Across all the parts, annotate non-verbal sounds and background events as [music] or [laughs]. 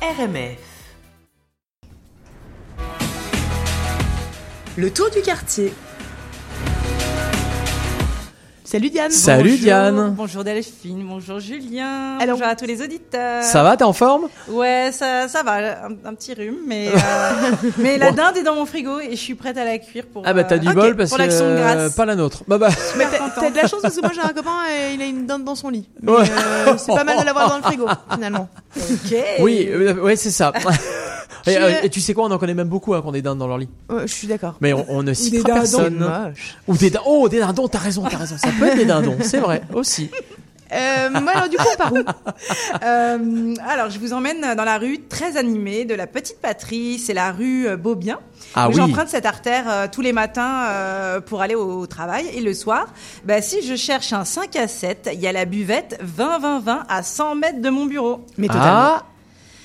RMF. Le tour du quartier. Salut Diane. Salut Bonjour, Diane. Bonjour Delphine, bonjour Julien, Alors- bonjour à tous les auditeurs. Ça va, t'es en forme Ouais, ça, ça va, un, un petit rhume, mais, [laughs] euh, mais la dinde est dans mon frigo et je suis prête à la cuire pour. Ah bah t'as euh, du bol parce pour que l'action de grâce. pas la nôtre. Bah bah Mais t'as contente. t'as de la chance parce que moi j'ai un copain et il a une dinde dans son lit. Mais, Ouais. euh, c'est pas mal de l'avoir dans le [laughs] frigo finalement. Ok. oui, euh, ouais [laughs] c'est ça. Tu et, euh, es- et tu sais quoi, on en connaît même beaucoup hein, qu'on est dindes dans leur lit. Ouais, je suis d'accord. Mais on, on ne Des citera dindons. personne. Moche. Ou des dindons. Oh, des dindons, t'as raison, t'as raison. Ça peut être des dindons, c'est vrai aussi. Euh, moi alors du coup par où Euh, alors, je vous emmène dans la rue très animée de la Petite Patrie, c'est la rue euh, Beaubien. Ah Donc, oui. J'emprunte cette artère euh, tous les matins euh, pour aller au, au travail et le soir, bah, si je cherche un 5 à 7, il y a la buvette 20-20-20 à 100 mètres de mon bureau. Mais totalement. Ah,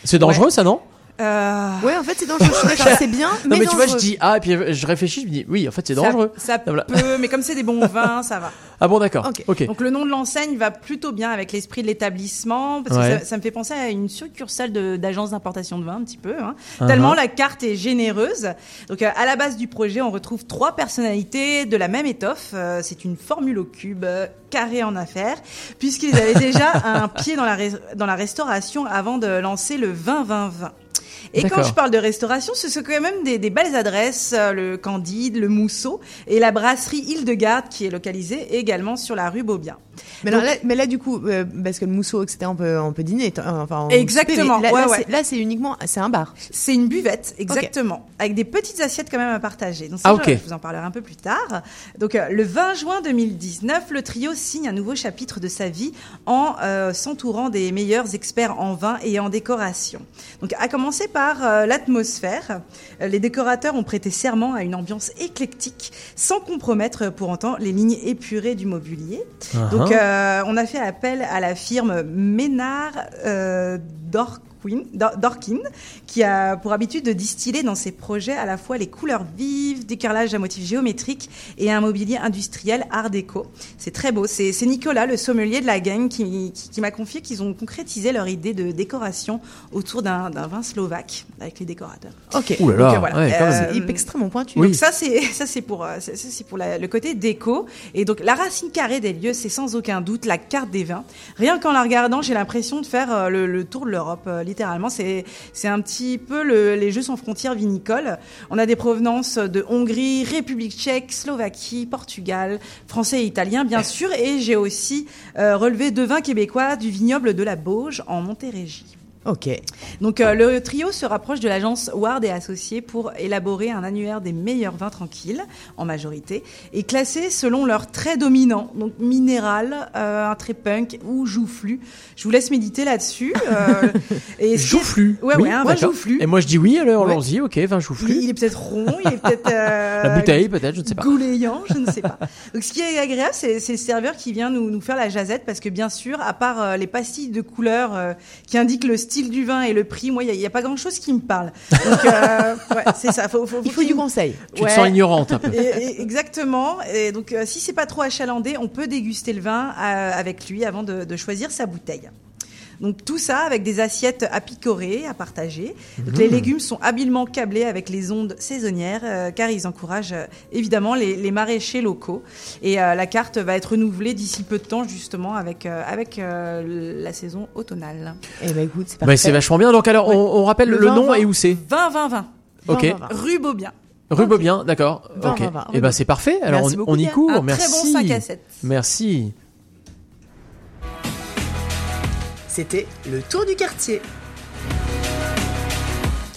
c'est dangereux ça non Euh, Ouais en fait c'est dangereux. Je suis d'accord, c'est bien. Non mais, tu vois, je dangereux. dis ah et puis euh, je réfléchis, je me dis oui, en fait c'est Ça- dangereux. Ça, Ah, voilà. peut, mais comme c'est des [laughs] bons vins, ça va. Ah bon d'accord. Ok. Ok. Donc le nom de l'enseigne va plutôt bien avec l'esprit de l'établissement, parce Ouais. que ça, ça me fait penser à une succursale de- d'agence d'importation de vin, un petit peu. hein. Uh-huh. Tellement la carte est généreuse. Donc euh, à la base du projet, on retrouve trois personnalités de la même étoffe. Euh, c'est une formule au cube, euh, carré en affaires, puisqu'ils avaient [laughs] déjà un pied dans la, res- dans la restauration avant de lancer le 20-20-20. Et quand D'accord. je parle de restauration, ce sont quand même des, des belles adresses, euh, le Candide, le Mousseau et la brasserie Hildegarde qui est localisée également sur la rue Beaubien. Mais, alors là, mais là, du coup, euh, parce que le mousseau, etc., on peut, on peut dîner. t- euh, Enfin, on- Exactement, Là, ouais, là, ouais. c'est- là, c'est uniquement, c'est un bar. C'est une buvette, exactement, avec des petites assiettes quand même à partager. Donc, ça, Ah, je- ok. je vous en parlerai un peu plus tard. Donc, euh, le 20 juin 2019, le trio signe un nouveau chapitre de sa vie en euh, s'entourant des meilleurs experts en vin et en décoration. Donc, à commencer par euh, l'atmosphère, Euh, les décorateurs ont prêté serment à une ambiance éclectique, sans compromettre euh, pour autant les lignes épurées du mobilier. Uh-huh. Donc, euh, on a fait appel à la firme Ménard euh, Dorquin, Dor- Dorkin, qui a pour habitude de distiller dans ses projets à la fois les couleurs vives, des carrelages à motifs géométriques et un mobilier industriel art déco. C'est très beau. C'est c'est Nicolas, le sommelier de la gang, qui, qui- qui m'a confié qu'ils ont concrétisé leur idée de décoration autour d'un d'un vin slovaque avec les décorateurs. Ok. Ouh là là. donc, euh, voilà. ouais, quand même. Euh, C'est hyper extrêmement pointu. Oui. donc ça c'est [laughs] ça c'est pour euh, ça, ça, c'est pour la- le côté déco et donc la racine carrée des lieux c'est sans aucun doute la carte des vins. Rien qu'en la regardant j'ai l'impression de faire euh, le, le tour de l'Europe euh, littéralement c'est c'est un petit peu le- les jeux sans frontières vinicoles. On a des provenances de Hongrie, République Tchèque, Slovaquie, Portugal, français et italien bien sûr et j'ai aussi euh, relevé deux vins québécois du vignoble de la Bauge en Montérégie. Ok. Donc euh, le trio se rapproche de l'agence Ward et Associés pour élaborer un annuaire des meilleurs vins tranquilles, en majorité, et classés selon leurs traits dominants, donc minéral, euh, un trait punk ou joufflu. Je vous laisse méditer là-dessus. [laughs] euh, et ce qui est- Joufflu. Ouais, Oui, ouais, un vin d'accord. joufflu. Et moi je dis oui, alors Ouais. allons-y, ok, vin Il, joufflu. il est peut-être rond, il est [laughs] peut-être... euh, La bouteille peut-être, je ne sais pas. Gouléant, je ne sais pas. Donc, ce qui est agréable, c'est c'est le serveur qui vient nous, nous faire la jazette parce que, bien sûr, à part euh, les pastilles de couleur euh, qui indiquent le style du vin et le prix, moi, il n'y a, pas grand-chose qui me parle. Donc, euh, [laughs] ouais, c'est ça. Faut, faut, Il faut du qu'il- conseil. Tu te Ouais. sens ignorante [laughs] un peu. Et- et- exactement. Et donc, euh, si c'est pas trop achalandé, on peut déguster le vin euh, avec lui avant de, de choisir sa bouteille. Donc tout ça avec des assiettes à picorer, à partager. Donc, Les légumes sont habilement câblés avec les ondes saisonnières, euh, car ils encouragent euh, évidemment les, les maraîchers locaux. Et euh, la carte va être renouvelée d'ici peu de temps, justement, avec, euh, avec euh, la saison automnale. Eh ben écoute, c'est Mais c'est parfait. vachement bien. Donc alors Ouais. on, on rappelle Le le, vin, nom vin. et où c'est. 20-20-20, Ok. Vin, vin, vin. rue Beaubien. Rue Beaubien, d'accord. Vin, Ok. vin, vin. Et ben c'est parfait. Alors Merci on, beaucoup, on y Pierre. court. Un Merci. très bon 5 à 7. Merci. C'était le tour du quartier.